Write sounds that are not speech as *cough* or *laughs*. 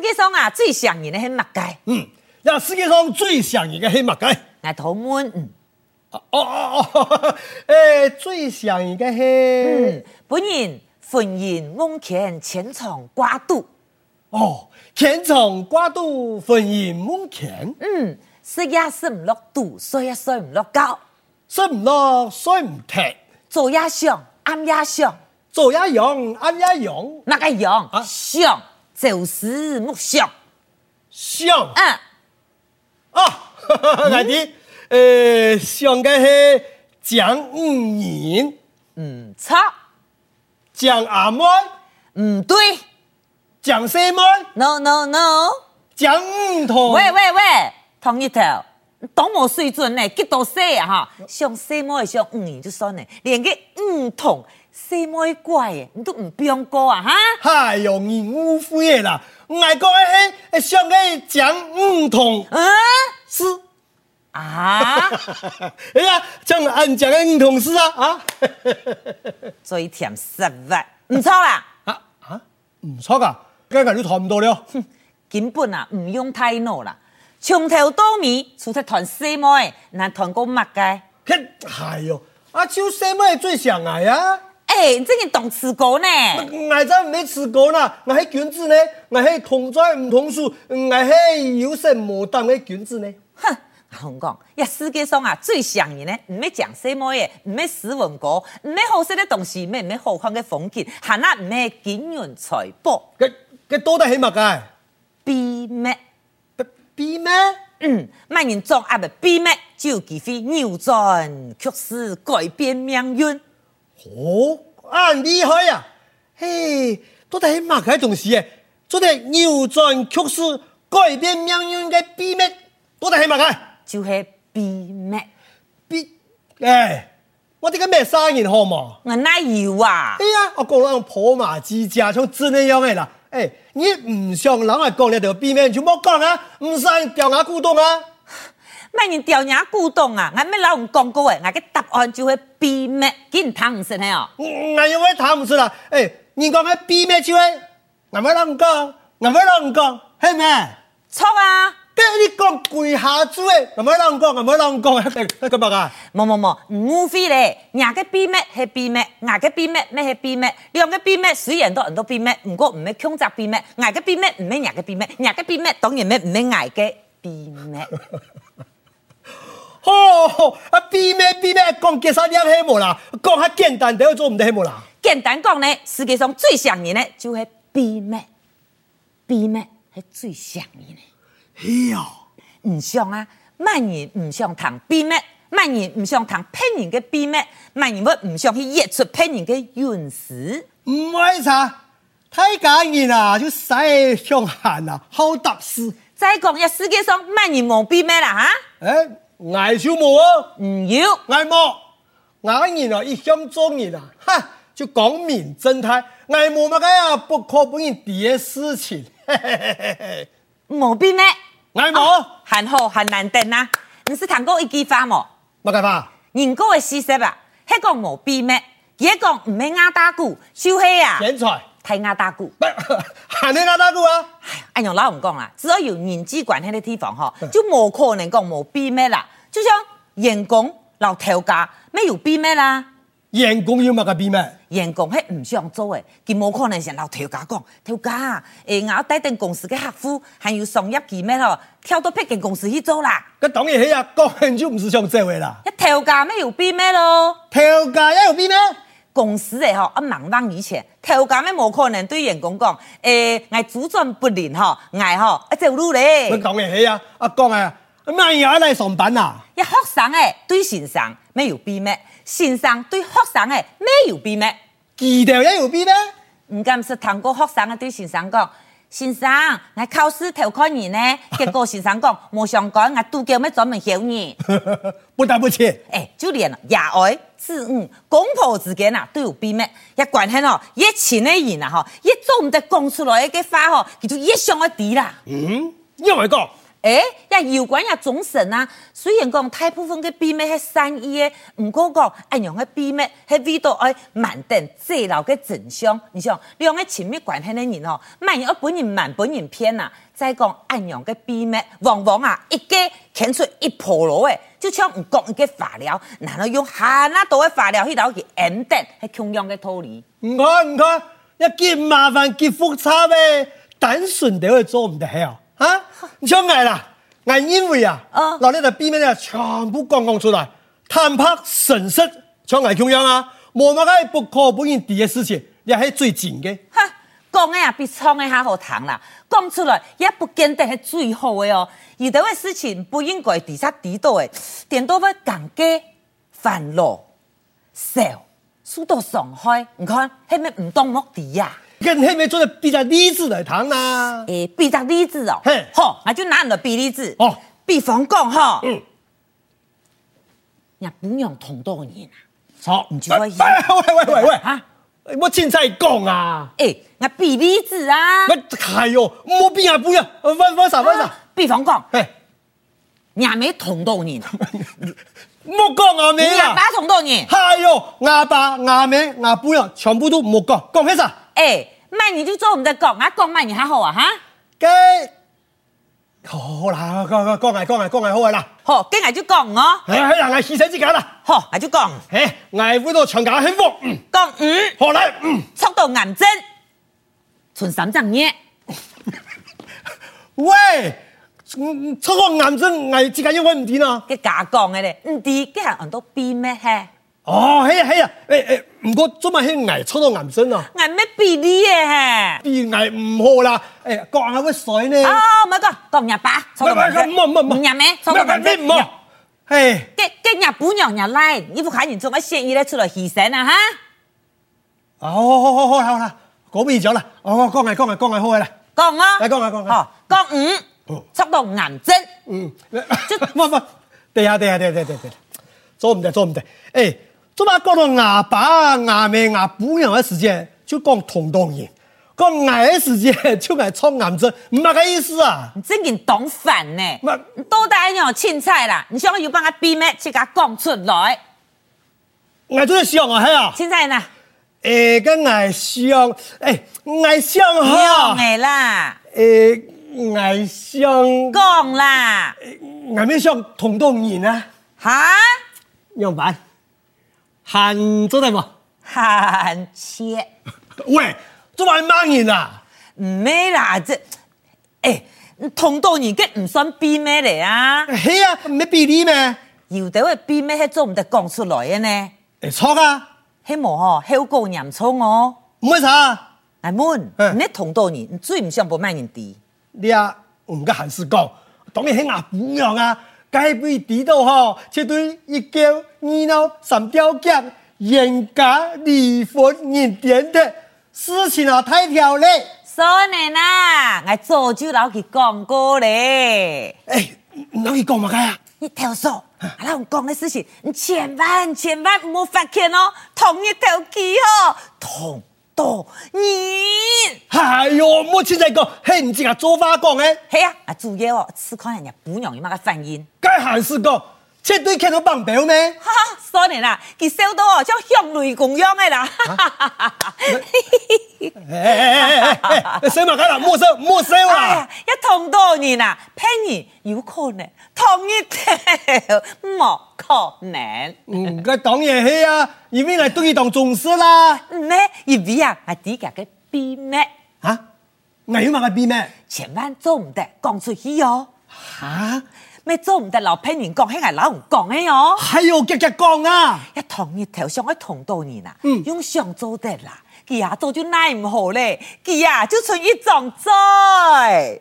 界上啊最上瘾的黑麦街，嗯，那世界上最上瘾的黑麦街，我头问，嗯哦哦哦，诶，最上瘾的黑，嗯，本人婚姻梦前浅藏瓜度，哦，天长挂肚，婚姻梦前，嗯，食也食唔落肚，睡也睡唔落觉，睡唔落，睡唔停，做也想，暗也想，做也用，暗也用，那个样啊想就是木想，想嗯，啊，我啲，诶，上嘅係蒋五年，唔嗯错，蒋阿妹，唔对蒋四妹， ，no no no，蒋五同，喂喂喂，同一头。懂我水准呢，几多岁啊哈？像细妹像五嗯年就算呢，连个五同细妹怪的，你都唔变过啊哈？太容易误会的啦，我讲嘅係上嘅蒋五同嗯是，啊，哎呀，蒋按蒋嘅五同是啊啊最甜十vật，唔错啦，啊啊，唔錯噶，今日都談唔到了，根本啊唔用太腦啦，從頭到尾除咗團四妹，難團個乜嘅？嘿，係哟，啊，就四妹最上愛啊。誒、欸，你真係當吃過呢？我真没吃过啦，我系卷子呢，我系同在唔同数，我系有神无当的卷子呢。哼，阿紅講，一世界上啊最上癮呢，唔咩講四妹嘅，唔咩史文歌，唔咩好食嘅東西，咩唔咩好看嘅風景，行啊唔咩金銀財寶，佢佢多得起物嘅，秘密，比咩？嗯，萬人掌握嘅秘密，就有機會扭轉局勢，改變命運。哦，啊厉害啊！嘿，多得起物嘅东西嘅，啊做得扭转局势、改变命运嘅秘密，多得起物啊嘅。就是秘密。比哎，我哋嘅咩生意好嘛？我哪有啊哎？呀，我講到破馬之家，像真的樣嘅啦。哎，你唔想人啊講你就避免就莫講啊，唔使掉牙古董啊。乜人调人古董啊？我咩老唔讲过诶，我嘅答案就是秘密，见汤唔识嘿哦。嗯我因為談唔出啦。哎，你講嘅避免就係，我咪人講，我咪人講，係咪？错啊！跟你講跪下子嘅，我咪人講，我咪人講，係係咁啊？冇冇冇，唔非咧，人嘅秘密係秘密，我嘅秘密咩係秘密？兩嘅秘密雖然都人都秘密，唔過唔係強責秘密，我嘅秘密唔係人嘅秘密，人嘅秘密當然咩唔係我嘅秘密。哦，啊避免避免講幾多年係冇啦，講下簡單啲做唔得係冇啦。簡單講呢，世界上最上癮呢，就是秘密，秘密係最上癮嘅。哎呀，唔想啊，萬人唔想談秘密，萬人唔想談騙人嘅秘密，萬人我唔想去惹出騙人嘅隱私。唔會啥，太假人啦，就使向閒啦，好搭事。再講，一世界上萬人冇秘密啦诶，挨小冇啊，吓，唔要挨冇，挨人啊，一向中人啊，哈，就讲明正态，挨冇乜个啊，不可不人第一事情，嘿嘿嘿嘿嘿，冇秘密，挨冇，很好很難得啊！你是談過一句話冇？冇办法，人家嘅事實啊，迄個冇秘密，佢講唔係亞打鼓，就係啊，天 *laughs* 才，睇亞打鼓。不，喊你阿大哥啊，哎呀，老唔讲啦，只要有人际关系的地方吼，就冇可能讲冇秘密啦。就像员工、老头家，没有秘密啦。员工有乜个秘密？员工迄唔想做诶，佢冇可能向老头家讲，头家啊，诶、我带定公司嘅客户，还有商业机密咯，跳到别间公司去做啦。佢当然系啊，讲人就唔是上社会啦，一头家没有秘密咯。票价也有秘密，公司诶吼，啊忙忙以前，头家咩冇可能对员工讲，诶、我主张不灵吼，我吼啊走路咧。佢当然系啊，阿讲啊，乜嘢嚟上班啊？一學生诶對先生沒有秘密，先生對學生诶沒有秘密。记得也有秘密，唔敢是通過學生诶對先生講，先生，我考試頭考你呢，結果先生講冇相干，我都叫咩專門曉你。不得不起。诶、哎就連野外、子女、公婆之間啊都有秘密，一關係哦，越親嘅人啊吼，越做唔得講出來嘅話吼，佢就越想要知啦。嗯，因为讲诶，也有關也忠誠啊。雖然講大部分嘅秘密係 E 善意嘅，唔過講哎樣嘅秘密係味道愛慢等最老嘅真相。你想，你講嘅親密關係嘅人哦，萬一本人萬本人騙啊，再講哎樣嘅秘密，往往啊一個牽出一破路嘅，就像唔講一個化療，然後用下那多嘅化療去到去引等，係同樣嘅道理。唔看唔看，一件麻煩結複雜嘅，單純地去做唔得啊！嚇，唔像我啦，我因為啊啊，嗱呢度邊面啊全部講講出來，坦白誠實，像我咁樣啊，冇乜嘅不可不認第一事情，也係最真嘅。哈，講嘅也比唱嘅較好聽啦，講出來也不見得係最好嘅哦。遇到嘅事情不應該地下地道嘅，點都會更加煩惱、愁、受到傷害。你看，係咪唔當目的啊呀、跟黑妹做的比較理智來談啦、誒，比較例子哦嘿，好，我就拿嚟比例子。哦比方講吼，嗯日本人同道人啊，好，唔知可以哎喂喂喂喂啊，喂，我凊彩講啊。誒，我比例子啊，乜係喎？冇邊啊杯啊！分分啥分啥？哎比方講，嘿，日美同道人，冇講牙名日啦！巴同道人。係哟，牙巴、牙名、牙杯啊，全部都冇講，講起啥？哎，卖你就做我们的狗，俺狗卖你还好啊哈。嘅好啦，講講講嚟講嚟講嚟好嘅啦，好，跟俺就讲哦，係啊係啊，牙起身之間啦，好，俺就讲嘿，牙杯到長假幸福，嗯，讲嗯，好嚟，嗯，速度癌症，存三张嘢，喂，嗯，出個癌症牙之間要揾唔掂啊！佢假讲嘅咧，唔知佢系按到比咩嘿，哦，係啊係啊，誒誒，唔過做乜係牙出到癌症啊？俺咩比你嘅嘿。啲牙唔好啦，誒，講下會水呢？哦，咪讲讲日巴，唔係唔係唔係唔係速度癌唔係症，日咩，速度癌唔係症，唔係，唉，跟跟日本人日来，你不看人做乜生意咧出来牺牲啊哈？好好好好好啦好啦，嗰邊咗啦，哦，講係講係講係好嘅啦，讲哦，嚟講嚟講嚟好，讲嗯好，速度癌症，嗯，唔唔，地下地下地下地下地下，做唔得做唔得，誒，做乜講到牙把牙命牙補人嘅時間，就講同當然，講牙嘅時間就係創癌症，唔係個意思啊，你真件懂反呢？乜你多大一樣青菜啦，你想要幫我比咩？即刻講出來，牙做嘅上啊係啊，青菜呢？誒，個牙上，誒，牙上用嚇，的啦，誒，牙上。講啦，外面上同道言啊，哈，樣板限做得冇？限切，喂，做埋盲言啊！唔咩啦這，誒，你同道人嘅唔算比咩嚟啊？係啊，唔係比你咩？有啲會比咩係做唔得講出來嘅呢？誒錯啊，希望吼，後果嚴重哦。唔係啥？阿門，嗯你同道人，你最唔想幫咩人哋？你啊，唔嘅閒事講，當然係牙本樣啊，該被地道吼，切對一叫二鬧三吊夾，嚴格離婚認點的事情啊太條嘞。所以啦，我早就老去講過咧。誒，唔可以講嘛解啊？你投訴，阿拉有講的事情，你千萬千萬唔好發現哦，同一條氣哦，同道你。係喲，冇錢仔講，係唔知啊做法講嘅。係啊，啊主要哦，試看人家姑娘有乜個反應。该還是講，切對看到棒 *laughs* 表咩？哈哈，所以啦，佢笑到哦，像向雷公樣的啦。哎哎哎哎哎，谁嘛干啦？莫收莫收啊哎啦呀！，一同道人啊，騙人有可能，同一條冇可能。嗯，佢當然係啊，因為嚟對佢當重視啦。唔咩，而為啊，我自家嘅秘密，啊，我要買個 B 咩？千萬做唔得，講出去哦。嚇，咩做唔得老骗人講，係我老唔講嘅哦。係要日日講 *laughs* 啊！一同日頭上一同道人啊，嗯用上做得啦，佢呀做就奈唔好咧，佢呀就存一種災。